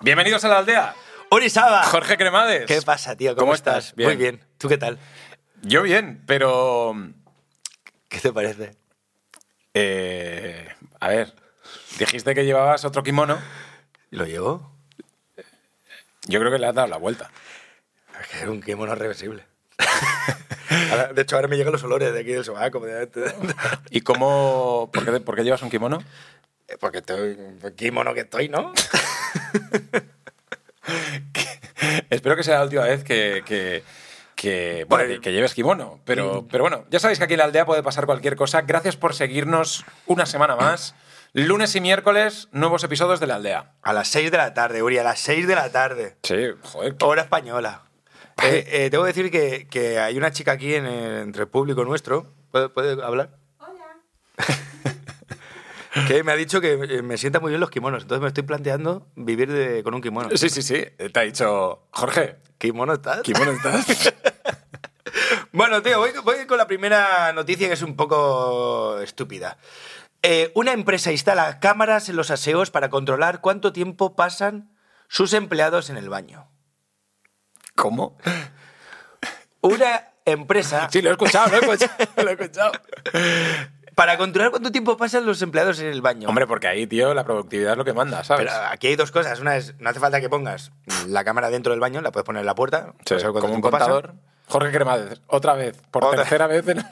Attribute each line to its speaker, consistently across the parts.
Speaker 1: Bienvenidos a la aldea.
Speaker 2: Orizaba.
Speaker 1: Jorge Cremades.
Speaker 2: ¿Qué pasa, tío? ¿Cómo,
Speaker 1: ¿Cómo estás? Bien.
Speaker 2: Muy bien. ¿Tú qué tal?
Speaker 1: Yo bien, pero...
Speaker 2: ¿Qué te parece?
Speaker 1: eh, a ver, dijiste que llevabas otro kimono.
Speaker 2: ¿Lo llevo?
Speaker 1: Yo creo que le has dado la vuelta.
Speaker 2: Es que es un kimono reversible. Ahora, de hecho, ahora me llegan los olores de aquí del sobaco. de- de-
Speaker 1: ¿Y cómo...? ¿Por qué, por qué llevas un kimono?
Speaker 2: Eh, Porque estoy... Kimono que estoy, ¿no?
Speaker 1: Espero que sea la última vez que... que- que, bueno,
Speaker 2: Bueno.
Speaker 1: que- que lleves kimono. Pero, pero bueno, ya sabéis que aquí en la aldea puede pasar cualquier cosa. Gracias por seguirnos una semana más. Lunes y miércoles, nuevos episodios de la aldea.
Speaker 2: A las 6 de la tarde, Uri, a las 6 de la tarde.
Speaker 1: Sí, joder.
Speaker 2: Hora española. Eh, eh, tengo que decir que, que hay una chica aquí en el- entre el público nuestro. ¿Puede, puede hablar? Hola. que me ha dicho que eh, me sienta muy bien los kimonos. Entonces me estoy planteando vivir de- con un kimono.
Speaker 1: Sí, sí, sí. Te ha dicho, Jorge,
Speaker 2: ¿Kimono estás?
Speaker 1: kimono estás.
Speaker 2: Bueno, tío, voy, voy con la primera noticia que es un poco estúpida. Eh, una empresa instala cámaras en los aseos para controlar cuánto tiempo pasan sus empleados en el baño.
Speaker 1: ¿Cómo?
Speaker 2: Una empresa
Speaker 1: Sí, lo he escuchado, lo he escuchado. lo he escuchado.
Speaker 2: para controlar cuánto tiempo pasan los empleados en el baño.
Speaker 1: Hombre, porque ahí, tío, la productividad es lo que manda, ¿sabes?
Speaker 2: Pero aquí hay dos cosas. Una es, no hace falta que pongas la cámara dentro del baño, la puedes poner en la puerta,
Speaker 1: Sí,
Speaker 2: para saber cuánto
Speaker 1: como un
Speaker 2: tiempo pasa.
Speaker 1: contador. Jorge Cremades, otra vez, por
Speaker 2: Otra.
Speaker 1: tercera vez. En...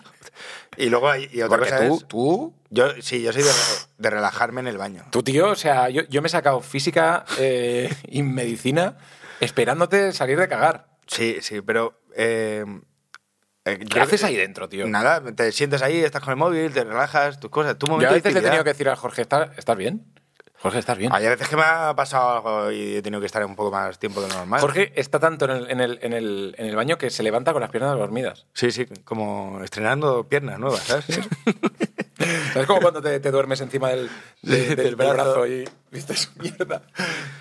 Speaker 2: Y luego hay y otra
Speaker 1: Porque
Speaker 2: cosa
Speaker 1: tú,
Speaker 2: es-
Speaker 1: tú,
Speaker 2: Yo, sí, yo soy de, re- de relajarme en el baño.
Speaker 1: tú, tío, o sea, yo, yo me he sacado física eh, y medicina esperándote salir de cagar.
Speaker 2: Sí, sí, pero... eh, eh,
Speaker 1: ¿Qué
Speaker 2: creo
Speaker 1: haces
Speaker 2: que-
Speaker 1: ahí dentro, tío?
Speaker 2: Nada, te sientas ahí, estás con el móvil, te relajas, tus cosas. Tu
Speaker 1: Yo
Speaker 2: momento
Speaker 1: a
Speaker 2: de
Speaker 1: veces le he
Speaker 2: actividad.
Speaker 1: tenido que decir a Jorge, ¿estás, estás bien? Jorge, ¿estás bien?
Speaker 2: Hay veces que me ha pasado algo y he tenido que estar un poco más tiempo de lo normal.
Speaker 1: Jorge está tanto en el, en el- en el- en el baño que se levanta con las piernas dormidas.
Speaker 2: Sí, sí, como estrenando piernas nuevas, ¿sabes?
Speaker 1: ¿Sabes como cuando te, te duermes encima del, de-
Speaker 2: Sí,
Speaker 1: del-
Speaker 2: del
Speaker 1: del brazo.
Speaker 2: brazo.
Speaker 1: y dices, mierda,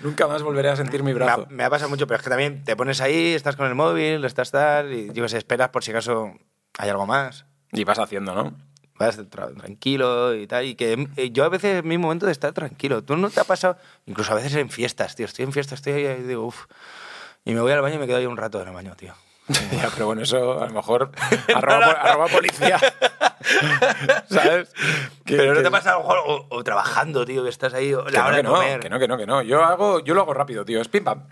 Speaker 1: nunca más volveré a sentir mi
Speaker 2: me, ha,
Speaker 1: brazo?
Speaker 2: me ha pasado mucho, pero es que también te pones ahí, estás con el móvil, estás tal, y yo qué sé, esperas por si acaso hay algo más.
Speaker 1: Y vas haciendo, ¿no?
Speaker 2: Vas tra- tranquilo y tal. Y que eh, yo a veces es mi momento de estar tranquilo. Tú no te ha pasado, incluso a veces en fiestas, tío. Estoy en fiestas, estoy ahí y digo, uff. Y me voy al baño y me quedo ahí un rato en el baño, tío.
Speaker 1: Ya, pero bueno, eso a lo mejor arroba, po- arroba policía. ¿Sabes? Que-
Speaker 2: pero no
Speaker 1: que-
Speaker 2: te pasa a lo mejor o, o trabajando, tío, que estás ahí o la
Speaker 1: que no,
Speaker 2: hora
Speaker 1: que
Speaker 2: de
Speaker 1: no,
Speaker 2: comer.
Speaker 1: que no, que no, que no. Yo, hago, yo lo hago rápido, tío. Es pim pam.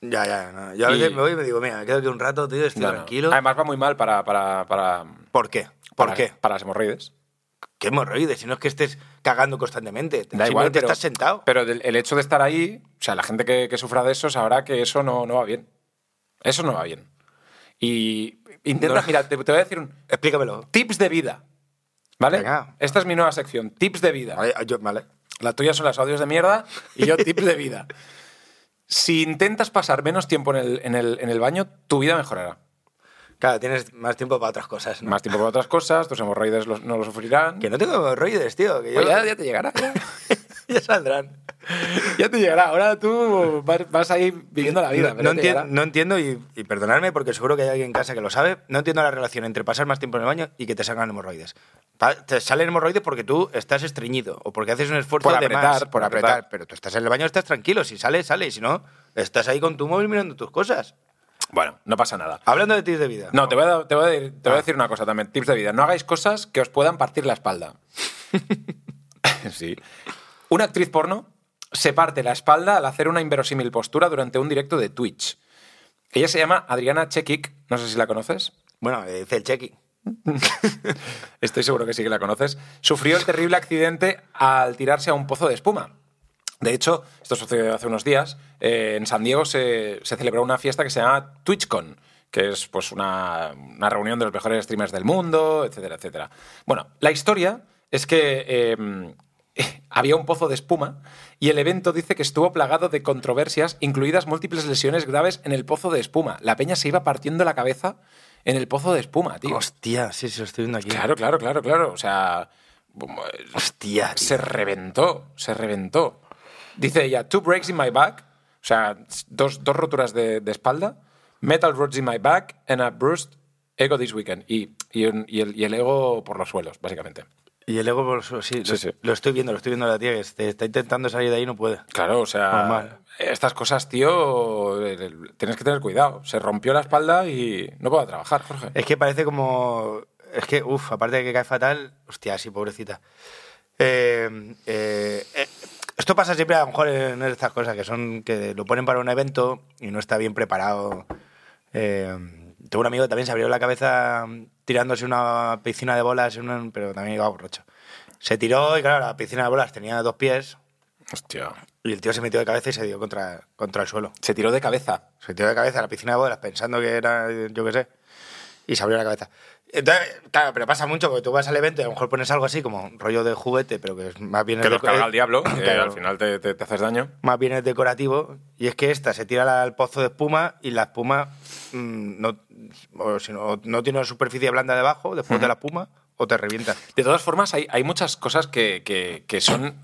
Speaker 2: Ya, ya, no. Yo a veces
Speaker 1: Y-
Speaker 2: me voy y me digo, mira, me quedo aquí un rato, tío, estoy
Speaker 1: No, no.
Speaker 2: tranquilo.
Speaker 1: Además, va muy mal para. para, para
Speaker 2: ¿Por qué? ¿Por
Speaker 1: para-
Speaker 2: qué?
Speaker 1: Para las hemorroides.
Speaker 2: ¿Qué hemorroides? Si no es que estés cagando constantemente.
Speaker 1: Da
Speaker 2: si
Speaker 1: igual,
Speaker 2: no te
Speaker 1: pero-
Speaker 2: estás sentado.
Speaker 1: Pero del- el hecho de estar ahí, o sea, la gente que, que sufra de eso sabrá que eso no, no va bien. Eso no va bien. Y intentas,
Speaker 2: No.
Speaker 1: mira, te, te voy a decir un-
Speaker 2: Explícamelo.
Speaker 1: tips de vida. ¿Vale?
Speaker 2: Venga.
Speaker 1: Esta es mi nueva sección, tips de vida.
Speaker 2: Vale, yo- vale.
Speaker 1: La tuya son los audios de mierda y yo tips de vida. Si intentas pasar menos tiempo en el, en el- en el baño, tu vida mejorará.
Speaker 2: Claro, tienes más tiempo para otras cosas. ¿no?
Speaker 1: Más tiempo para otras cosas, tus hemorroides los- no lo sufrirán.
Speaker 2: Que no tengo hemorroides, tío. Que yo...
Speaker 1: Pues ya, ya te llegará. Ya,
Speaker 2: ya saldrán.
Speaker 1: Ya te llegará. Ahora tú vas, vas ahí viviendo la vida.
Speaker 2: no,
Speaker 1: pero ya
Speaker 2: no
Speaker 1: te
Speaker 2: entien-
Speaker 1: llegará.
Speaker 2: no entiendo, y, y perdonadme porque seguro que hay alguien en casa que lo sabe, no entiendo la relación entre pasar más tiempo en el baño y que te salgan hemorroides. Pa- Te salen hemorroides porque tú estás estreñido o porque haces un esfuerzo
Speaker 1: Por
Speaker 2: de
Speaker 1: apretar,
Speaker 2: más,
Speaker 1: por
Speaker 2: por apretar,
Speaker 1: apretar.
Speaker 2: pero tú estás en el baño, estás tranquilo, si sale, sale, y si no, estás ahí con tu móvil mirando tus cosas.
Speaker 1: Bueno, no pasa nada.
Speaker 2: Hablando de tips de vida.
Speaker 1: No, te voy a, te voy a- te voy a
Speaker 2: Ah.
Speaker 1: decir una cosa también. Tips de vida. No hagáis cosas que os puedan partir la espalda. sí. Una actriz porno se parte la espalda al hacer una inverosímil postura durante un directo de Twitch. Ella se llama Adriana Chekik, no sé si la conoces.
Speaker 2: Bueno, eh, dice el chequi.
Speaker 1: Estoy seguro que sí que la conoces. Sufrió el terrible accidente al tirarse a un pozo de espuma. De hecho, esto sucedió hace unos días. eh, en San Diego se, se celebró una fiesta que se llama TwitchCon, que es pues una, una reunión de los mejores streamers del mundo, etcétera, etcétera. Bueno, la historia es que eh, había un pozo de espuma y el evento dice que estuvo plagado de controversias, incluidas múltiples lesiones graves en el pozo de espuma. La peña se iba partiendo la cabeza en el pozo de espuma, tío.
Speaker 2: Hostia, sí, sí, lo estoy viendo aquí.
Speaker 1: Claro, claro, claro, claro. O sea, bum, eh,
Speaker 2: Hostia. tío.
Speaker 1: se reventó, se reventó. Dice ella, two breaks in my back, o sea, dos, dos roturas de, de espalda, metal rods in my back and a bruised ego this weekend. Y, y un- y el, y el ego por los suelos, básicamente.
Speaker 2: Y el ego, por su- sí, lo,
Speaker 1: Sí, sí.
Speaker 2: lo estoy viendo, lo estoy viendo a la tía que este- está intentando salir de ahí y no puede.
Speaker 1: Claro, o sea,
Speaker 2: Normal.
Speaker 1: estas cosas, tío, el- el- tienes que tener cuidado. Se rompió la espalda y no puedo trabajar, Jorge.
Speaker 2: Es que parece como. Es que, uff, aparte de que cae fatal, hostia, sí, pobrecita. Eh, eh, eh, esto pasa siempre a lo mejor en estas cosas que son que lo ponen para un evento y no está bien preparado. Eh, tengo un amigo que también se abrió la cabeza tirándose una piscina de bolas, en un- pero también iba borracho. Se tiró y, claro, la piscina de bolas tenía dos pies
Speaker 1: Hostia.
Speaker 2: y el tío se metió de cabeza y se dio contra, contra el suelo.
Speaker 1: Se tiró de cabeza.
Speaker 2: Se tiró de cabeza a la piscina de bodas pensando que era, eh, yo qué sé, y se abrió la cabeza. Entonces, claro, pero pasa mucho porque tú vas al evento y a lo mejor pones algo así como rollo de juguete, pero que es más bien...
Speaker 1: Que
Speaker 2: es
Speaker 1: los
Speaker 2: deco-
Speaker 1: carga el diablo, que
Speaker 2: Claro,
Speaker 1: al final te, te- te haces daño.
Speaker 2: Más bien es decorativo y es que esta se tira al pozo de espuma y la espuma mm, no, o si no, no tiene una superficie blanda debajo después de la espuma o te revienta.
Speaker 1: De todas formas, hay, hay muchas cosas que, que- que son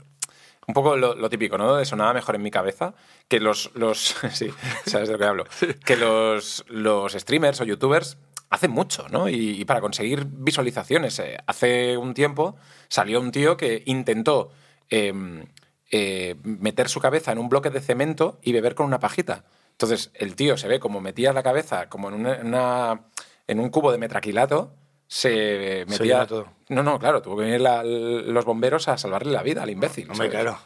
Speaker 1: un poco lo, lo típico, ¿no? De sonaba mejor en mi cabeza, que los... los sí, sabes de lo que hablo. Que los, los streamers o youtubers hacen mucho, ¿no? Y, y para conseguir visualizaciones. eh, hace un tiempo salió un tío que intentó em, eh, meter su cabeza en un bloque de cemento y beber con una pajita. Entonces, el tío se ve como metía la cabeza como en, una- en una- en un cubo de metraquilato, se
Speaker 2: Se
Speaker 1: metía...
Speaker 2: llena todo.
Speaker 1: No, no, claro, tuvo que venir la- los bomberos a salvarle la vida al imbécil.
Speaker 2: Hombre,
Speaker 1: ¿sabes?
Speaker 2: claro.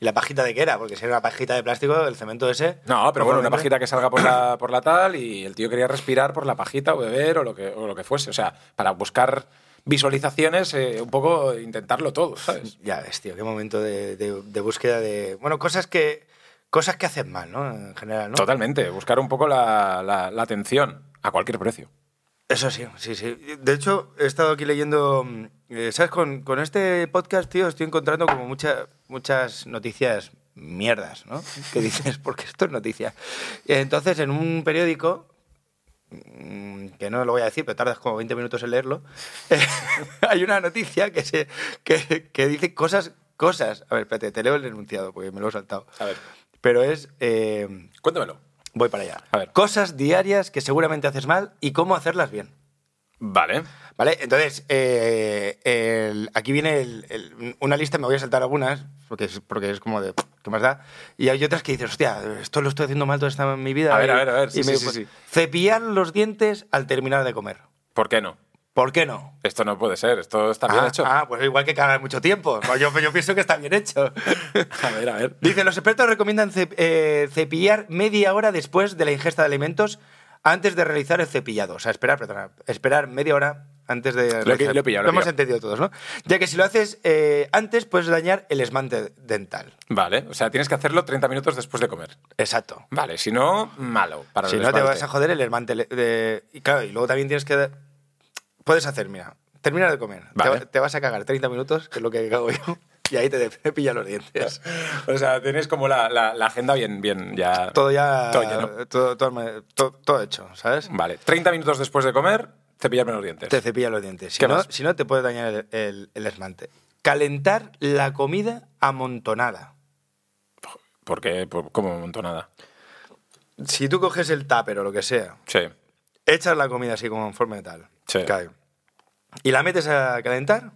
Speaker 2: ¿Y la pajita de qué era? Porque si era una pajita de plástico, el cemento ese... pues
Speaker 1: No, pero bueno, una
Speaker 2: normalmente-
Speaker 1: pajita que salga por la, por la tal y el tío quería respirar por la pajita o beber o lo que, o lo que fuese. O sea, para buscar visualizaciones, eh, un poco intentarlo todo, ¿sabes?
Speaker 2: Ya ves, tío, qué momento de, de- de búsqueda de. Bueno, cosas que. Cosas que hacen mal, ¿no? En general, ¿no?
Speaker 1: Totalmente, buscar un poco la, la- la atención a cualquier precio.
Speaker 2: Eso sí, sí, sí. De hecho, he estado aquí leyendo. mm, eh, ¿Sabes? Con, con este podcast, tío, estoy encontrando como mucha- muchas noticias mierdas, ¿no? Que dices, porque esto es noticia. Entonces, en un periódico, mm, que no lo voy a decir, pero tardas como 20 minutos en leerlo, hay una noticia que, se, que, que dice cosas, cosas. A ver, espérate, te leo el enunciado porque me lo he saltado.
Speaker 1: A ver.
Speaker 2: Pero es. eh,
Speaker 1: Cuéntamelo.
Speaker 2: voy para allá.
Speaker 1: A ver.
Speaker 2: Cosas diarias que seguramente haces mal y cómo hacerlas bien.
Speaker 1: Vale.
Speaker 2: ¿Vale? Entonces, eh, el- aquí viene el- el- una lista, me voy a saltar algunas, porque es, porque es como de, ¿qué más da? Y hay otras que dices, hostia, esto lo estoy haciendo mal toda esta, mi vida.
Speaker 1: A ver,
Speaker 2: Y-
Speaker 1: a ver, a ver,
Speaker 2: y
Speaker 1: sí,
Speaker 2: me- pues,
Speaker 1: sí, sí, sí.
Speaker 2: Cepillar los dientes al terminar de comer.
Speaker 1: ¿Por qué no?
Speaker 2: ¿Por qué no?
Speaker 1: Esto no puede ser, esto está bien
Speaker 2: ah,
Speaker 1: hecho.
Speaker 2: ah, pues igual que cagar mucho tiempo. Yo, yo pienso que está bien hecho.
Speaker 1: A ver, a ver.
Speaker 2: Dice, los expertos recomiendan cep- eh, cepillar media hora después de la ingesta de alimentos antes de realizar el cepillado. O sea, esperar, perdona, esperar media hora antes de...
Speaker 1: Lo he-
Speaker 2: realizar-
Speaker 1: lo he pillado, lo he
Speaker 2: hemos
Speaker 1: pillado.
Speaker 2: entendido todos, ¿no? Ya que si lo haces eh, antes, puedes dañar el esmante dental.
Speaker 1: Vale, o sea, tienes que hacerlo 30 minutos después de comer.
Speaker 2: Exacto.
Speaker 1: Vale, si no, malo. Para el
Speaker 2: si no, te
Speaker 1: desbarte.
Speaker 2: vas a joder el esmante... le- de- Y claro, y luego también tienes que... da- Puedes hacer, mira, terminar de comer. Te
Speaker 1: Vale.
Speaker 2: va- Te, vas a cagar 30 minutos, que es lo que cago yo, y ahí te pilla los dientes.
Speaker 1: O sea, tienes como la, la- la agenda bien, bien, ya.
Speaker 2: Todo ya...
Speaker 1: Todo lleno.
Speaker 2: todo- todo- todo- todo hecho, ¿sabes?
Speaker 1: Vale, 30 minutos después de comer, cepillarme los dientes.
Speaker 2: Te cepilla los dientes. Si
Speaker 1: ¿Qué
Speaker 2: no,
Speaker 1: más?
Speaker 2: si no, te puede dañar el, el- el esmante. Calentar la comida amontonada.
Speaker 1: Porque por- como montonada.
Speaker 2: Si tú coges el tupper o lo que sea,
Speaker 1: Sí.
Speaker 2: echas la comida así como en forma de tal,
Speaker 1: Sí.
Speaker 2: cae, y la metes a calentar,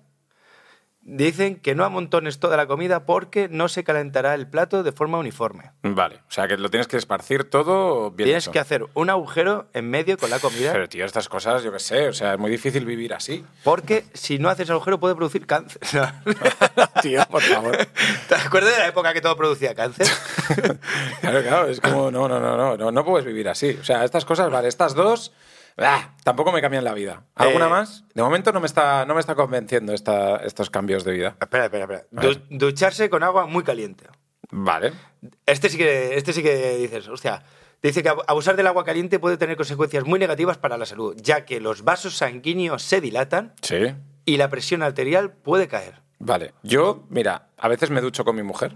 Speaker 2: dicen que no amontones toda la comida porque no se calentará el plato de forma uniforme.
Speaker 1: Vale, o sea, que lo tienes que esparcir todo bien.
Speaker 2: Tienes
Speaker 1: hecho.
Speaker 2: que hacer un agujero en medio con la comida
Speaker 1: Pero, tío, estas cosas, yo qué sé, o sea, es muy difícil vivir así.
Speaker 2: porque si no haces agujero puede producir cáncer.
Speaker 1: tío, por favor.
Speaker 2: ¿Te acuerdas de la época que todo producía cáncer?
Speaker 1: Claro, claro, es como, no, no, no, no, no, no puedes vivir así. O sea, estas cosas, vale, estas dos, ¡ah! tampoco me cambian la vida. ¿Alguna
Speaker 2: Eh,
Speaker 1: más? De momento no me está, no me está convenciendo esta, estos cambios de vida.
Speaker 2: Espera, espera, espera.
Speaker 1: A ver.
Speaker 2: Du- ducharse con agua muy caliente.
Speaker 1: Vale.
Speaker 2: Este sí que, este sí que dices, hostia. Dice que ab- abusar del agua caliente puede tener consecuencias muy negativas para la salud, ya que los vasos sanguíneos se dilatan
Speaker 1: Sí.
Speaker 2: y la presión arterial puede caer.
Speaker 1: Vale. Yo, mira, a veces me ducho con mi mujer.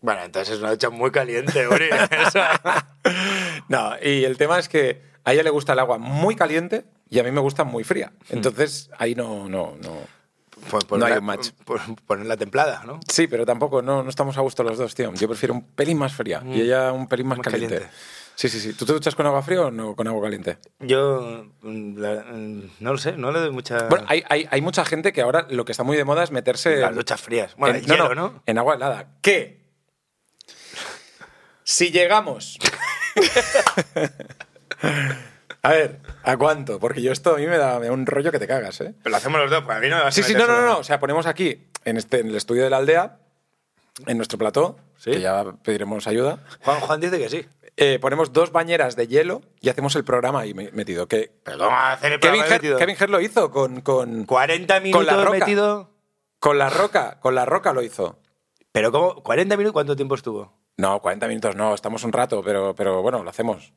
Speaker 2: Bueno, entonces es una ducha muy caliente, Uri.
Speaker 1: No, y el tema es que a ella le gusta el agua muy caliente y a mí me gusta muy fría. Entonces, ahí no, no, no.
Speaker 2: Pues
Speaker 1: No hay un match.
Speaker 2: Ponerla templada, ¿no?
Speaker 1: Sí, pero tampoco, no, no estamos a gusto los dos, tío. Yo prefiero un pelín más fría y ella un pelín más,
Speaker 2: Más
Speaker 1: caliente.
Speaker 2: caliente.
Speaker 1: Sí, sí, sí. ¿Tú te duchas con agua fría o no, con agua caliente?
Speaker 2: Yo mm, la- mm, no lo sé, no le doy mucha...
Speaker 1: Bueno, hay, hay, hay mucha gente que ahora lo que está muy de moda es meterse.
Speaker 2: las
Speaker 1: en-
Speaker 2: duchas frías. Bueno,
Speaker 1: en-
Speaker 2: el hielo, ¿no?
Speaker 1: En agua helada. ¿Qué? Si llegamos. a ver, ¿a cuánto? Porque yo esto a mí me da, me da un rollo que te cagas, ¿eh?
Speaker 2: Pero lo hacemos los dos, porque a mí no me vas
Speaker 1: Sí,
Speaker 2: a
Speaker 1: sí,
Speaker 2: meter
Speaker 1: no, no,
Speaker 2: solo.
Speaker 1: no. O sea, ponemos aquí, en, este, en el estudio de la aldea, en nuestro plató,
Speaker 2: Sí.
Speaker 1: que ya pediremos ayuda.
Speaker 2: Juan, Juan dice que sí.
Speaker 1: eh, ponemos dos bañeras de hielo y hacemos el programa ahí me- metido. Que
Speaker 2: Pero ¿cómo va a hacer el
Speaker 1: Kevin,
Speaker 2: programa
Speaker 1: Hart-
Speaker 2: metido?
Speaker 1: Kevin Hart lo hizo con, con,
Speaker 2: 40 minutos
Speaker 1: La Roca.
Speaker 2: metido...
Speaker 1: con la roca. Con la roca lo hizo.
Speaker 2: Pero ¿cómo? ¿40 minutos cuánto tiempo estuvo?
Speaker 1: No, 40 minutos no, estamos un rato, pero, pero bueno, lo hacemos.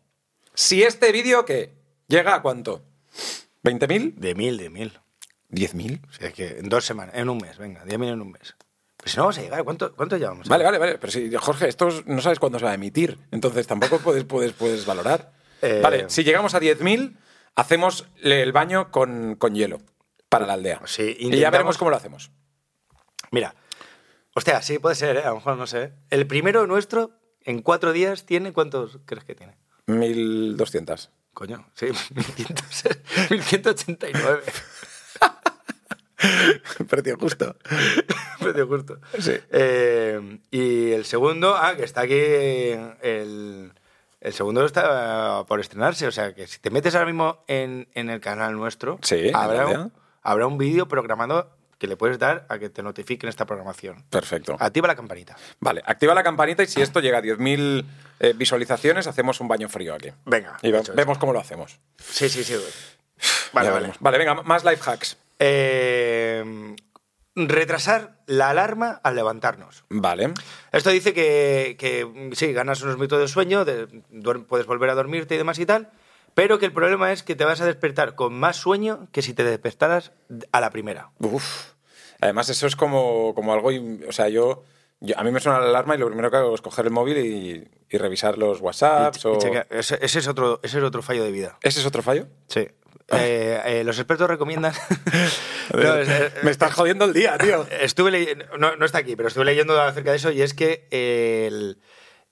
Speaker 1: Si este vídeo, ¿qué? ¿Llega a cuánto? ¿20.000?
Speaker 2: De mil, de mil.
Speaker 1: ¿10.000?
Speaker 2: O sea, es que en dos semanas, en un mes, venga, 10 mil en un mes. Pues si no vamos a llegar, ¿cuánto, cuánto llevamos?
Speaker 1: Vale, vale, vale. Pero si, Jorge, esto es- no sabes cuándo se va a emitir, entonces tampoco puedes, puedes, puedes valorar.
Speaker 2: Eh,
Speaker 1: Vale, si llegamos a 10.000, hacemos le- el baño con, con hielo para la aldea.
Speaker 2: Sí,
Speaker 1: Y ya
Speaker 2: intentamos-
Speaker 1: veremos cómo lo hacemos.
Speaker 2: Mira, hostia, sí, puede ser, ¿eh? a lo mejor no sé. El primero nuestro, en cuatro días, tiene, ¿cuántos crees que tiene?
Speaker 1: 1.200.
Speaker 2: Coño, sí, 1189.
Speaker 1: Precio justo.
Speaker 2: Precio justo.
Speaker 1: Sí.
Speaker 2: Eh, y el segundo, ah, que está aquí, el, el segundo está por estrenarse. O sea, que si te metes ahora mismo en, en el canal nuestro,
Speaker 1: Sí, en
Speaker 2: habrá,
Speaker 1: realidad.
Speaker 2: un, habrá un vídeo programado que le puedes dar a que te notifiquen esta programación.
Speaker 1: Perfecto.
Speaker 2: Activa la campanita.
Speaker 1: Vale, activa la campanita y si esto llega a 10.000 eh, visualizaciones, hacemos un baño frío aquí.
Speaker 2: Venga,
Speaker 1: Y ve-
Speaker 2: hecho, hecho.
Speaker 1: vemos cómo lo hacemos.
Speaker 2: Sí, sí, sí. Vale,
Speaker 1: Ya
Speaker 2: vale.
Speaker 1: veremos. Vale, venga, más life hacks.
Speaker 2: Eh, retrasar la alarma al levantarnos.
Speaker 1: Vale.
Speaker 2: Esto dice que, que, mm, sí, ganas unos minutos de sueño, de- duer- puedes volver a dormirte y demás y tal, pero que el problema es que te vas a despertar con más sueño que si te despertaras a la primera.
Speaker 1: Uf. Además, eso es como, como algo. im- O sea, yo, yo- A mí me suena la alarma y lo primero que hago es coger el móvil y, y revisar los WhatsApps.
Speaker 2: Y
Speaker 1: o-
Speaker 2: chequea- Ese, ese es otro, ese es otro fallo de vida.
Speaker 1: ¿Ese es otro fallo?
Speaker 2: Sí. Eh, eh, los expertos recomiendan... No, es- eh,
Speaker 1: me estás jodiendo el día, tío.
Speaker 2: Estuve leyendo, no, no está aquí, pero estuve leyendo acerca de eso y es que eh, el-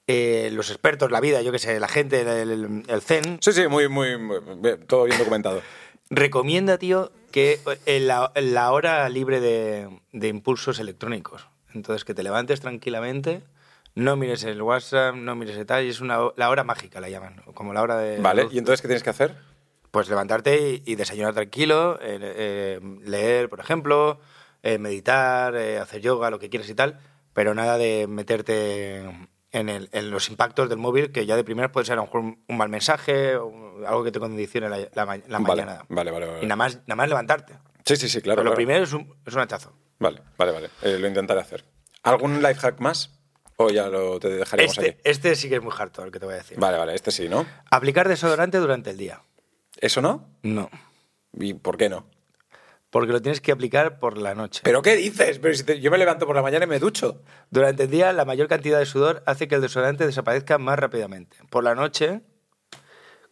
Speaker 2: eh, los expertos, la vida, yo qué sé, la gente, el, el- el zen,
Speaker 1: Sí, sí, muy, muy, muy- bien, todo bien documentado.
Speaker 2: Eh, recomienda, tío, que eh, en la, en la hora libre de, de impulsos electrónicos. Entonces, que te levantes tranquilamente, no mires el WhatsApp, no mires el tal, y es una, ho- la hora mágica, la llaman, como la hora de... la
Speaker 1: Vale,
Speaker 2: luz.
Speaker 1: ¿y entonces qué tienes que hacer?
Speaker 2: Pues levantarte y, y desayunar tranquilo, eh, eh, leer, por ejemplo, eh, meditar, eh, hacer yoga, lo que quieras y tal, pero nada de meterte en, el- en los impactos del móvil, que ya de primeras puede ser a lo mejor un, un mal mensaje, o algo que te condicione la, la ma- la
Speaker 1: Vale,
Speaker 2: mañana.
Speaker 1: vale, vale, vale.
Speaker 2: Y nada más, nada más levantarte.
Speaker 1: Sí, sí, sí, claro.
Speaker 2: pero
Speaker 1: claro.
Speaker 2: lo primero es un, es un hachazo.
Speaker 1: Vale, vale, vale. Eh, lo intentaré hacer. ¿Algún life hack más? O ya lo te dejaremos
Speaker 2: Este,
Speaker 1: aquí.
Speaker 2: este sí que es muy harto, el que te voy a decir.
Speaker 1: Vale, vale, este sí, ¿no?
Speaker 2: Aplicar desodorante durante el día.
Speaker 1: ¿Eso no?
Speaker 2: No.
Speaker 1: ¿Y por qué no?
Speaker 2: Porque lo tienes que aplicar por la noche.
Speaker 1: ¿Pero qué dices? Pero si te- yo me levanto por la mañana y me ducho.
Speaker 2: Durante el día, la mayor cantidad de sudor hace que el desodorante desaparezca más rápidamente. Por la noche,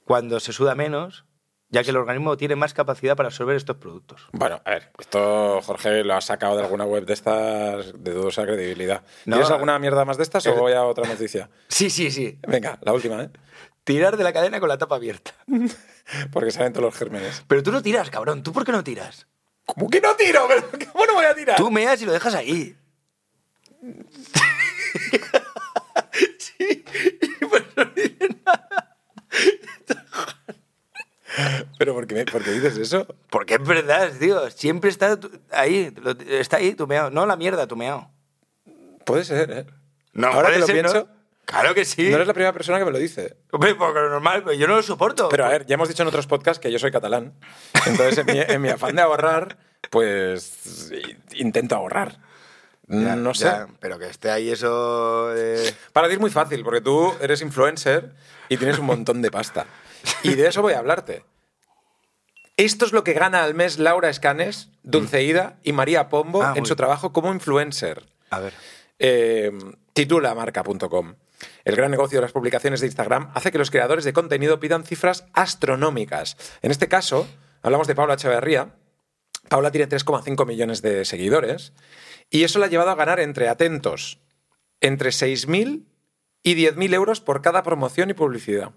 Speaker 2: cuando se suda menos, ya que el organismo tiene más capacidad para absorber estos productos.
Speaker 1: Bueno, a ver, esto Jorge lo has sacado de alguna web de estas de dudosa credibilidad.
Speaker 2: No.
Speaker 1: ¿Tienes alguna mierda más de estas o voy a otra noticia?
Speaker 2: Sí, sí, sí.
Speaker 1: Venga, la última, ¿eh?
Speaker 2: Tirar de la cadena con la tapa abierta.
Speaker 1: Porque salen todos los gérmenes.
Speaker 2: Pero tú no tiras, cabrón. ¿Tú por qué no tiras?
Speaker 1: ¿Cómo que no tiro? ¿Pero ¿Cómo no voy a tirar?
Speaker 2: Tú meas y lo dejas ahí.
Speaker 1: ¿Pero por qué, me- por qué dices eso?
Speaker 2: Porque es verdad, tío. Siempre está tu- ahí. lo- Está ahí, tumeado. No la mierda, tumeado.
Speaker 1: Puede ser, ¿eh?
Speaker 2: No,
Speaker 1: Ahora que
Speaker 2: puede
Speaker 1: lo
Speaker 2: ser, ¿no?
Speaker 1: pienso,
Speaker 2: Claro que sí.
Speaker 1: no eres la primera persona que me lo dice.
Speaker 2: Hombre, porque lo normal, pero yo no lo soporto.
Speaker 1: Pero a ver, ya hemos dicho en otros podcasts que yo soy catalán. Entonces, en mi, en mi afán de ahorrar, pues i- intento ahorrar.
Speaker 2: Ya,
Speaker 1: no sé.
Speaker 2: ya, pero que esté ahí eso. eh,
Speaker 1: Para ti es muy fácil, porque tú eres influencer y tienes un montón de pasta. Y de eso voy a hablarte. Esto es lo que gana al mes Laura Escanes, Dulceida y María Pombo
Speaker 2: Mm. Ah,
Speaker 1: en
Speaker 2: muy
Speaker 1: su
Speaker 2: bien.
Speaker 1: trabajo como influencer.
Speaker 2: A ver.
Speaker 1: Eh, titulamarca.com. El gran negocio de las publicaciones de Instagram hace que los creadores de contenido pidan cifras astronómicas. En este caso, hablamos de Paula Echeverría. Paula tiene 3,5 millones de seguidores y eso la ha llevado a ganar entre atentos entre 6.000 y 10.000 euros por cada promoción y publicidad.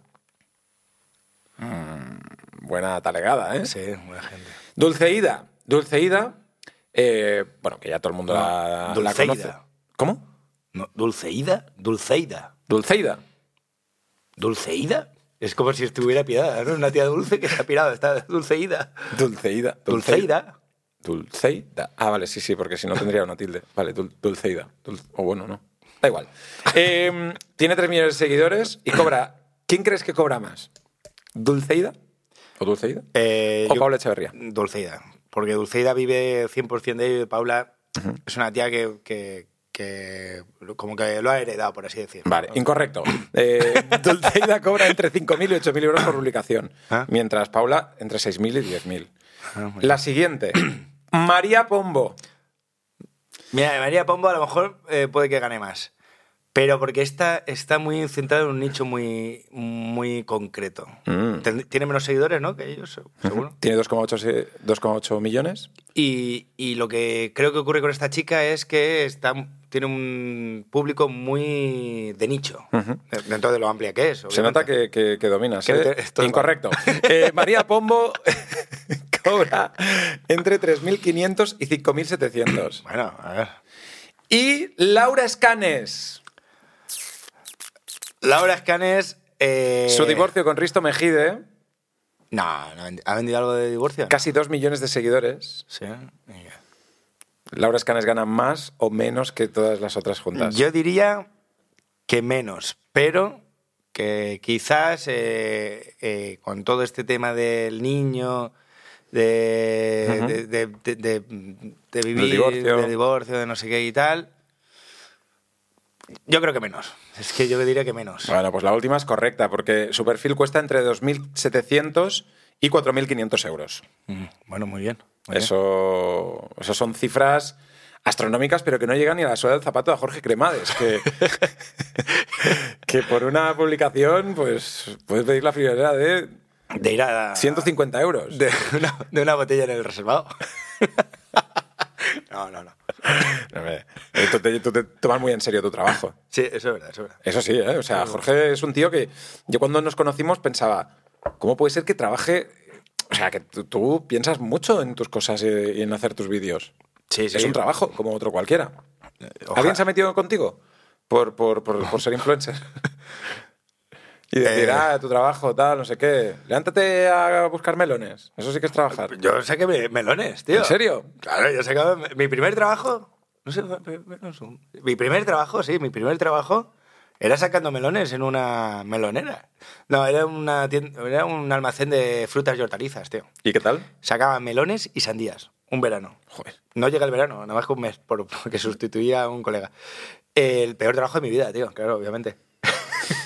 Speaker 1: Mm, Buena talegada, ¿eh?
Speaker 2: Sí, buena gente.
Speaker 1: Dulceida. Dulceida, eh, bueno, que ya todo el mundo
Speaker 2: No,
Speaker 1: la, la
Speaker 2: Dulceida.
Speaker 1: conoce. ¿Cómo?
Speaker 2: No, ¿Dulceida? ¿Dulceida?
Speaker 1: Dulceida.
Speaker 2: ¿Dulceida? Es como si estuviera pirada, ¿no? Una tía dulce que está pirada, está dulceída.
Speaker 1: Dulceida.
Speaker 2: Dulceida.
Speaker 1: Dulceida. Ah, vale, sí, sí, porque si no tendría una tilde. Vale, dul- Dulceida. Dul- o bueno, no. Da igual. Eh, tiene 3 millones de seguidores y cobra. ¿Quién crees que cobra más? ¿Dulceida? ¿O Dulceida?
Speaker 2: Eh,
Speaker 1: ¿O
Speaker 2: yo-
Speaker 1: Paula Echeverría?
Speaker 2: Dulceida. Porque Dulceida vive 100% de ello y Paula es una tía que, que- que lo- como que lo ha heredado, por así decirlo.
Speaker 1: Vale, incorrecto. Eh, Dulceida cobra entre 5.000 y 8.000 euros por publicación,
Speaker 2: Ah.
Speaker 1: mientras Paula entre 6.000 y 10.000.
Speaker 2: Ah, muy
Speaker 1: La siguiente, María Pombo.
Speaker 2: Mira, María Pombo a lo mejor eh, puede que gane más. Pero porque esta está muy centrada en un nicho muy, muy concreto.
Speaker 1: Mm.
Speaker 2: Ten- Tiene menos seguidores, ¿no? Que ellos, se- seguro.
Speaker 1: Tiene 2,8 se- 2,8 millones.
Speaker 2: Y, y lo que creo que ocurre con esta chica es que está, tiene un público muy de nicho, de- dentro de lo amplia que es.
Speaker 1: Se nota que,
Speaker 2: obviamente.
Speaker 1: que, que dominas.
Speaker 2: Que
Speaker 1: ¿eh?
Speaker 2: te- esto es
Speaker 1: Incorrecto. Eh, María Pombo cobra entre 3.500 y 5.700.
Speaker 2: Bueno, a ver.
Speaker 1: Y Laura Escanes.
Speaker 2: Laura Escanes... eh,
Speaker 1: Su divorcio con Risto Mejide,
Speaker 2: No, no, ¿ha vendido algo de divorcio?
Speaker 1: casi 2 millones de seguidores.
Speaker 2: Sí. venga.
Speaker 1: Laura Escanes gana más o menos que todas las otras juntas.
Speaker 2: Yo diría que menos, pero que quizás eh, eh, con todo este tema del niño, de, de- de- de- de- de vivir,
Speaker 1: divorcio.
Speaker 2: del divorcio, de no sé qué y tal, yo creo que menos. Es que yo diría que menos.
Speaker 1: Bueno, pues la última es correcta, porque su perfil cuesta entre 2.700 y 4.500 euros.
Speaker 2: Mm, Bueno, muy bien. muy bien.
Speaker 1: Eso, eso son cifras astronómicas, pero que no llegan ni a la suela del zapato de Jorge Cremades, que, que por una publicación pues puedes pedir la friolera de
Speaker 2: De ir a...
Speaker 1: 150 euros.
Speaker 2: Ah. De una, de una botella en el reservado. no, no, no.
Speaker 1: No, hombre, eh, tú, te, tú te tomas muy en serio tu trabajo.
Speaker 2: Sí, eso es verdad, eso es verdad.
Speaker 1: Eso sí, ¿eh? o sea, Jorge es un tío que yo cuando nos conocimos pensaba, ¿cómo puede ser que trabaje? O sea, que tú, tú piensas mucho en tus cosas eh, y en hacer tus vídeos.
Speaker 2: Sí, sí. Eh,
Speaker 1: Es un trabajo, como otro cualquiera.
Speaker 2: Ojalá.
Speaker 1: ¿Alguien se ha metido contigo por, por, por, por ser influencer? y decir,
Speaker 2: Eh.
Speaker 1: ah, tu trabajo, tal, no sé qué. Levántate a buscar melones. Eso sí que es trabajar.
Speaker 2: Yo saqué me- melones, tío.
Speaker 1: ¿En serio?
Speaker 2: Claro, yo sacaba me- mi primer trabajo. No sé, fue- fue- fue- no sé, mi primer trabajo, sí, mi primer trabajo era sacando melones en una melonera. No, era, una tien- era un almacén de frutas y hortalizas, tío.
Speaker 1: ¿Y qué tal?
Speaker 2: Sacaba melones y sandías, un verano.
Speaker 1: Joder.
Speaker 2: No llega el verano, nada más que un mes, por- porque sustituía a un colega. El peor trabajo de mi vida, tío, claro, obviamente.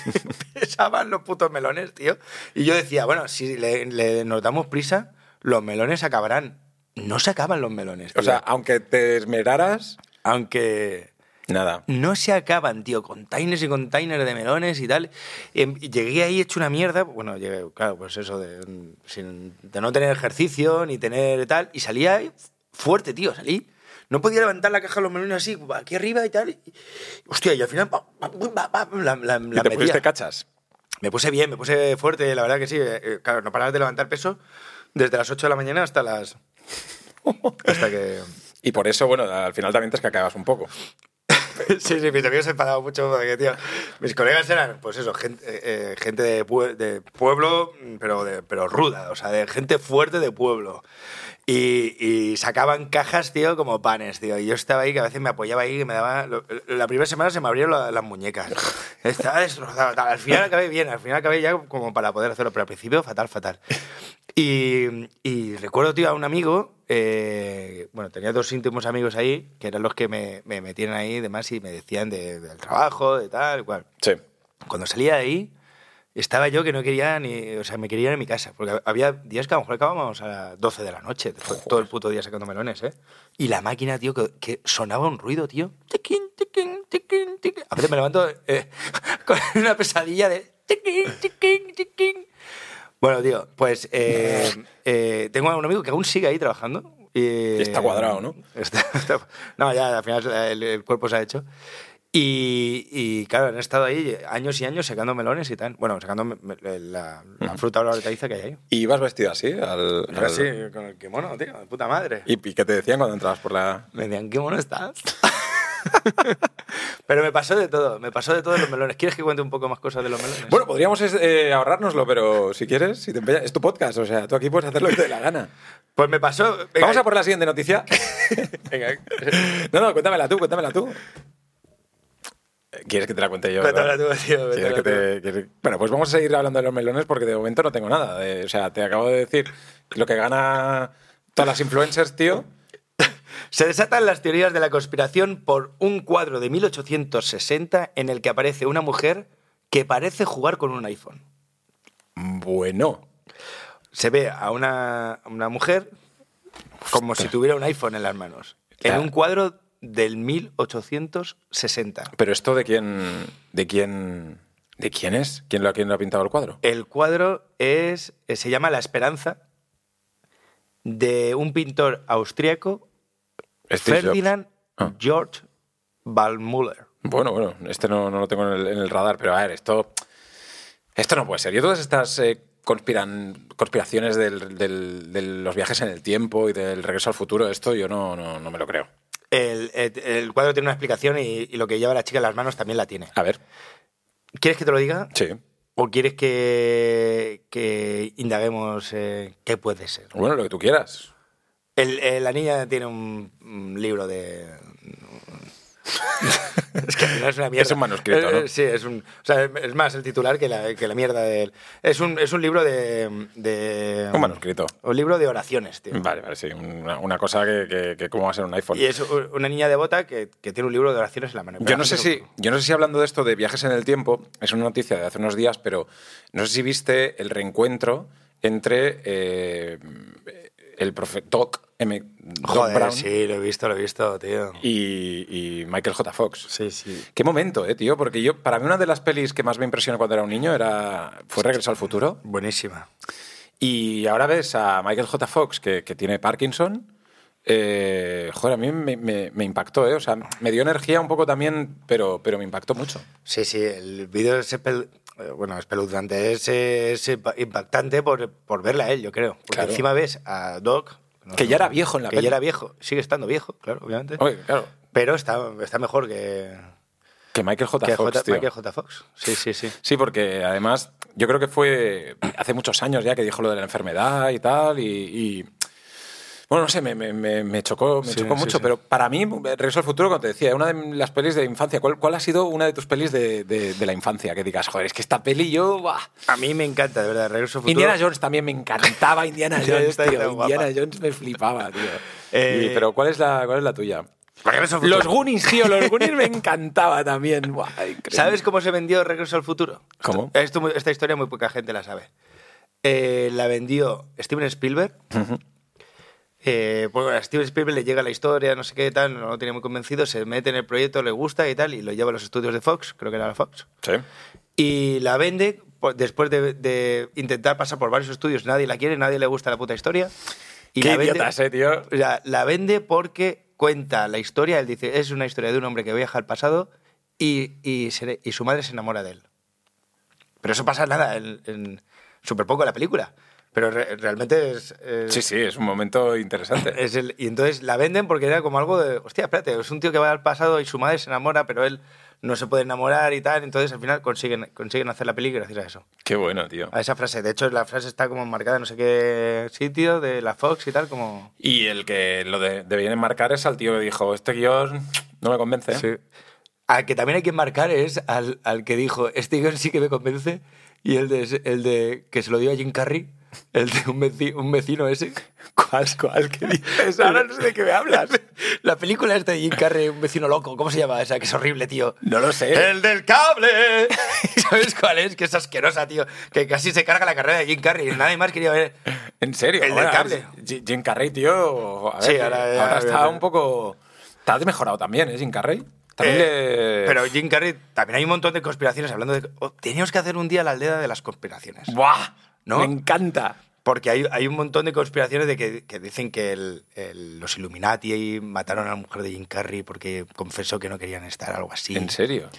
Speaker 2: Pesaban los putos melones, tío. Y yo decía, bueno, si le, le- nos damos prisa, los melones acabarán. No se acaban los melones, tío.
Speaker 1: O sea, aunque te esmeraras,
Speaker 2: aunque
Speaker 1: nada.
Speaker 2: no se acaban, tío, containers y containers de melones y tal. Em, y llegué ahí hecho una mierda, bueno, llegué, claro, pues eso de, mm, sin- de no tener ejercicio ni tener tal, y salía ahí fuerte, tío, salí. No podía levantar la caja de los melones así, aquí arriba y tal. y- hostia, y al final, pa, pa, pum, pa, pa, la, la- la
Speaker 1: ¿Y te
Speaker 2: metía.
Speaker 1: pusiste cachas?
Speaker 2: Me puse bien, me puse fuerte, la verdad que sí. Eh, eh, Claro, no paraba de levantar peso desde las 8 de la mañana hasta las... Hasta que...
Speaker 1: Y por eso, bueno, al final también te escaqueabas un poco.
Speaker 2: Sí, sí, mis amigos se enfadaban mucho porque, tío, mis colegas eran, pues eso, gente, eh, eh, gente de, pue- de pueblo, mm, pero, de, pero ruda, o sea, de gente fuerte de pueblo. Y, y sacaban cajas, tío, como panes, tío. Y yo estaba ahí, que a veces me apoyaba ahí, que me daba... lo- La primera semana se me abrieron la- las muñecas. Estaba destrozado. tal. Al final acabé bien, al final acabé ya como para poder hacerlo, pero al principio fatal, fatal. Y, y recuerdo, tío, a un amigo, eh, bueno, tenía dos íntimos amigos ahí, que eran los que me, me metían ahí y demás y me decían de- del trabajo, de tal, cual.
Speaker 1: Sí.
Speaker 2: Cuando salía de ahí, estaba yo que no quería ni, o sea, me quería ir a mi casa, porque había días que a lo mejor acabábamos a las 12 de la noche, to- todo el puto día sacando melones, ¿eh? Y la máquina, tío, que, que sonaba un ruido, tío. Tiquín, tiquín, tiquín, tiquín. A veces me levanto eh, con una pesadilla de tiquín, tiquín, tiquín. Bueno, tío, pues eh, eh, tengo a un amigo que aún sigue ahí trabajando. Y,
Speaker 1: Está cuadrado, ¿no?
Speaker 2: Este- Está- está- no, ya al final el, el cuerpo se ha hecho. Y, y, claro, han estado ahí años y años sacando melones y tal. Bueno, sacando me- me- la, la fruta o la hortaliza que hay ahí.
Speaker 1: ¿Y ibas vestido así? Al,
Speaker 2: Pero
Speaker 1: al-
Speaker 2: sí, con el kimono, tío, de puta madre.
Speaker 1: ¿Y y qué te decían cuando entrabas por la...?
Speaker 2: Me decían, qué mono estás. Pero me pasó de todo, me pasó de todo los melones. ¿Quieres que cuente un poco más cosas de los melones?
Speaker 1: Bueno, podríamos eh, ahorrárnoslo, pero si quieres, si te empeñas- es tu podcast, o sea, tú aquí puedes hacer lo que te dé la gana.
Speaker 2: pues me pasó. venga,
Speaker 1: Vamos a por la siguiente noticia.
Speaker 2: venga,
Speaker 1: No, no, cuéntamela tú, cuéntamela tú. Eh, ¿Quieres que te la cuente yo?
Speaker 2: cuéntamela
Speaker 1: verdad?
Speaker 2: tú, tío.
Speaker 1: ¿Quieres
Speaker 2: cuéntamela
Speaker 1: que te-
Speaker 2: tú.
Speaker 1: quieres- Bueno, pues vamos a seguir hablando de los melones porque de momento no tengo nada. eh, o sea, te acabo de decir lo que gana todas las influencers, tío.
Speaker 2: Se desatan las teorías de la conspiración por un cuadro de 1860 en el que aparece una mujer que parece jugar con un iPhone.
Speaker 1: Bueno.
Speaker 2: Se ve a una, a una mujer como si tuviera un iPhone en las manos. En
Speaker 1: Claro.
Speaker 2: un cuadro del 1860.
Speaker 1: Pero esto de quién. ¿De quién. ¿De quién es? ¿Quién lo, quién lo ha pintado el cuadro?
Speaker 2: El cuadro es, eh, se llama La Esperanza de un pintor austríaco,
Speaker 1: Steve Jobs.
Speaker 2: Ferdinand
Speaker 1: Ah.
Speaker 2: George Ballmuller.
Speaker 1: Bueno, bueno, este no, no lo tengo en el, en el radar, pero a ver, esto. Esto no puede ser. Yo todas estas eh, conspiran, conspiraciones del- del- de los viajes en el tiempo y del regreso al futuro, esto yo no, no, no me lo creo.
Speaker 2: El, el- el cuadro tiene una explicación y, y lo que lleva la chica en las manos también la tiene.
Speaker 1: A ver,
Speaker 2: ¿Quieres que te lo diga?
Speaker 1: sí.
Speaker 2: ¿O quieres que, que indaguemos eh, qué puede ser?
Speaker 1: Bueno, lo que tú quieras.
Speaker 2: El- eh, la niña tiene un, un libro de... es que al final es una mierda.
Speaker 1: Es un manuscrito,
Speaker 2: Eh, eh,
Speaker 1: ¿no?
Speaker 2: Sí, es un... O sea, es más el titular que la, que la mierda del... Es un, es un libro de, de...
Speaker 1: Un manuscrito.
Speaker 2: Un libro de oraciones, tío.
Speaker 1: Vale, vale, sí. Una, una cosa que, que, que cómo va a ser un iPhone.
Speaker 2: Y es u- una niña devota que, que tiene un libro de oraciones en la mano.
Speaker 1: Yo no, sé si, yo no sé si hablando de esto de viajes en el tiempo, es una noticia de hace unos días, pero no sé si viste el reencuentro entre eh, el profe Doc, M, Doc
Speaker 2: Joder,
Speaker 1: Brown
Speaker 2: sí, lo he visto, lo he visto, tío.
Speaker 1: y, y Michael J. Fox.
Speaker 2: Sí, sí.
Speaker 1: Qué momento, eh, tío, porque yo, para mí una de las pelis que más me impresionó cuando era un niño era, fue Regreso al Futuro.
Speaker 2: Buenísima.
Speaker 1: Y ahora ves a Michael J. Fox, que, que tiene Parkinson. eh, joder, a mí me, me- me impactó, ¿eh? O sea, me dio energía un poco también, pero, pero me impactó mucho.
Speaker 2: Sí, sí, el vídeo es espel- eh, bueno, espeluznante, es, eh, es impa- impactante por, por verla a él, yo creo. Porque
Speaker 1: Claro.
Speaker 2: encima ves a Doc. no
Speaker 1: Que
Speaker 2: sé,
Speaker 1: ya era viejo en la
Speaker 2: Que
Speaker 1: peli.
Speaker 2: ya era viejo, sigue estando viejo, claro, obviamente.
Speaker 1: Oye, claro.
Speaker 2: Pero está, está mejor que,
Speaker 1: Que Michael J.
Speaker 2: que
Speaker 1: Fox,
Speaker 2: J-
Speaker 1: tío.
Speaker 2: Michael J. Fox. Sí, sí, sí.
Speaker 1: Sí, porque además yo creo que fue hace muchos años ya que dijo lo de la enfermedad y tal, y... y- bueno, no sé, me, me- me- me chocó, me
Speaker 2: Sí,
Speaker 1: chocó
Speaker 2: sí,
Speaker 1: mucho,
Speaker 2: sí.
Speaker 1: pero para mí, Regreso al Futuro, como te decía, una de las pelis de infancia. ¿Cuál, cuál ha sido una de tus pelis de, de- de la infancia? Que digas, joder, es que esta peli yo... buah".
Speaker 2: A mí me encanta, de verdad, Regreso al Futuro.
Speaker 1: Indiana Jones también me encantaba, Indiana
Speaker 2: Ya,
Speaker 1: Jones,
Speaker 2: está, está
Speaker 1: tío.
Speaker 2: guapa.
Speaker 1: Indiana Jones me flipaba, tío.
Speaker 2: Eh,
Speaker 1: Y- pero ¿cuál es, la, ¿cuál es la tuya?
Speaker 2: Regreso al Futuro.
Speaker 1: Los Goonies, tío, los Goonies me encantaba también. Buah, increíble.
Speaker 2: ¿Sabes cómo se vendió Regreso al Futuro?
Speaker 1: ¿Cómo?
Speaker 2: Esto- esto mu- esta historia muy poca gente la sabe. Eh, la vendió Steven Spielberg. Eh, bueno, a Steven Spielberg le llega la historia, no sé qué tal, no lo tiene muy convencido, se mete en el proyecto, le gusta y tal, y lo lleva a los estudios de Fox, creo que era la Fox.
Speaker 1: Sí.
Speaker 2: Y la vende por- después de, de intentar pasar por varios estudios, nadie la quiere, nadie le gusta la puta historia. Y
Speaker 1: Qué
Speaker 2: la vende-
Speaker 1: idiotas, eh, tío.
Speaker 2: o sea, la vende porque cuenta la historia. Él dice, es una historia de un hombre que viaja al pasado y, y, se- y su madre se enamora de él. Pero eso pasa nada, en, en súper poco en la película. Pero re- realmente es... es-
Speaker 1: Sí, sí, es un momento interesante.
Speaker 2: es el- y entonces la venden porque era como algo de, hostia, espérate, es un tío que va al pasado y su madre se enamora, pero él no se puede enamorar y tal. Entonces al final consiguen, consiguen hacer la peli gracias a eso.
Speaker 1: Qué bueno, tío.
Speaker 2: A esa frase. De hecho, la frase está como marcada en no sé qué sitio de la Fox y tal, como...
Speaker 1: Y el que lo de, debían enmarcar es al tío que dijo, este guión no me convence. ¿eh".
Speaker 2: Sí. Al que también hay que marcar es al, al que dijo, este guión sí que me convence, y el de, el de que se lo dio a Jim Carrey, el de un, veci- un vecino ese.
Speaker 1: ¿Cuál, cuál? ¿Qué dices? Ahora no sé de qué me hablas.
Speaker 2: La película esta de Jim Carrey, un vecino loco, ¿cómo se llama esa? Que es horrible, tío.
Speaker 1: No lo sé.
Speaker 2: ¡El del cable! ¿Sabes cuál es? Que es asquerosa, tío. Que casi se carga la carrera de Jim Carrey. Nadie más quería ver.
Speaker 1: En serio.
Speaker 2: El del
Speaker 1: Ahora,
Speaker 2: cable.
Speaker 1: Jim- Jim Carrey, tío. a ver,
Speaker 2: Sí, ahora-
Speaker 1: ahora,
Speaker 2: ahora-
Speaker 1: está un poco... Está mejorado también, ¿eh, Jim Carrey? También
Speaker 2: Eh,
Speaker 1: le-
Speaker 2: Pero Jim Carrey, también hay un montón de conspiraciones hablando de... oh, teníamos que hacer un día la aldea de las conspiraciones.
Speaker 1: ¡Buah!
Speaker 2: ¿No?
Speaker 1: Me encanta.
Speaker 2: Porque hay, hay un montón de conspiraciones de que, que dicen que el- el- los Illuminati mataron a la mujer de Jim Carrey porque confesó que no querían estar, algo así.
Speaker 1: ¿En serio?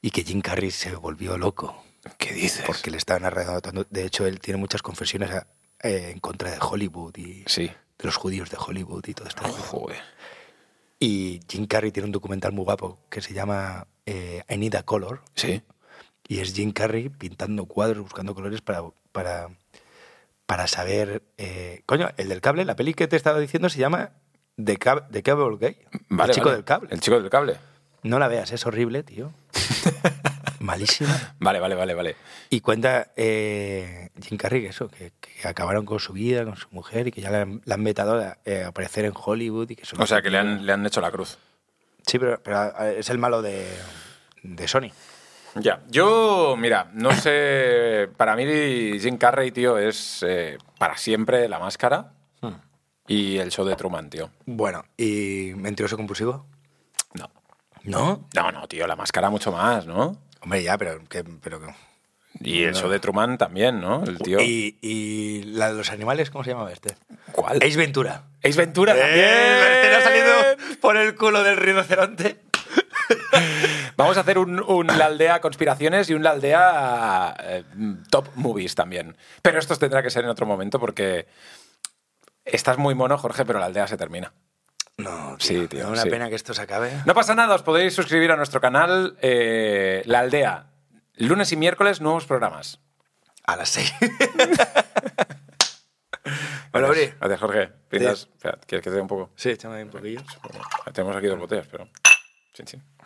Speaker 2: Y que Jim Carrey se volvió loco
Speaker 1: ¿Qué dices?
Speaker 2: porque le estaban arrebatando. De hecho, él tiene muchas confesiones a- eh, en contra de Hollywood y
Speaker 1: Sí.
Speaker 2: de los judíos de Hollywood y todo esto.
Speaker 1: Joder.
Speaker 2: Y Jim Carrey tiene un documental muy guapo que se llama eh, I Need a Color.
Speaker 1: Sí.
Speaker 2: Y es Jim Carrey pintando cuadros, buscando colores para, para, para saber. eh, coño, el del cable, la peli que te estaba diciendo se llama The, Cab- The Cable Guy.
Speaker 1: Vale,
Speaker 2: el chico
Speaker 1: vale.
Speaker 2: del cable.
Speaker 1: El chico del cable.
Speaker 2: No la veas, es horrible, tío. Malísima.
Speaker 1: Vale, vale, vale, vale.
Speaker 2: Y cuenta eh, Jim Carrey que eso, que, que acabaron con su vida, con su mujer y que ya la han, la han vetado a, eh, a aparecer en Hollywood. Y que eso no
Speaker 1: O sea,
Speaker 2: sé
Speaker 1: que
Speaker 2: qué.
Speaker 1: le han, le han hecho la cruz.
Speaker 2: Sí, pero, pero, eh, es el malo de, de Sony.
Speaker 1: Ya, yo, mira, no sé, para mí Jim Carrey, tío, es eh, para siempre la máscara
Speaker 2: Hmm.
Speaker 1: y el show de Truman, tío.
Speaker 2: Bueno, ¿y mentiroso compulsivo?
Speaker 1: No,
Speaker 2: No.
Speaker 1: no, no, tío, la máscara mucho más, ¿no?
Speaker 2: Hombre, ya, pero... Que, pero que-
Speaker 1: Y el show de Truman también, ¿no? El tío...
Speaker 2: Y, y la de los animales, ¿cómo se llamaba este?
Speaker 1: ¿Cuál?
Speaker 2: Ace Ventura.
Speaker 1: Ace Ventura Eh. también.
Speaker 2: ¡Eh! ¿Te ha salido por el culo del rinoceronte?
Speaker 1: Vamos a hacer un, un La Aldea Conspiraciones y un La Aldea eh, Top Movies también. Pero esto tendrá que ser en otro momento porque estás muy mono, Jorge, pero la aldea se termina.
Speaker 2: No,
Speaker 1: Sí, tío,
Speaker 2: Una
Speaker 1: sí.
Speaker 2: pena que esto se acabe.
Speaker 1: No pasa nada, os podéis suscribir a nuestro canal eh, La Aldea. Lunes y miércoles, nuevos programas.
Speaker 2: A las seis. bueno, Uri.
Speaker 1: Gracias, Jorge. Brindas- espera, ¿Quieres que te dé un poco?
Speaker 2: Sí, échame un poquillo.
Speaker 1: Tenemos aquí dos botellas, pero... Chin, chin.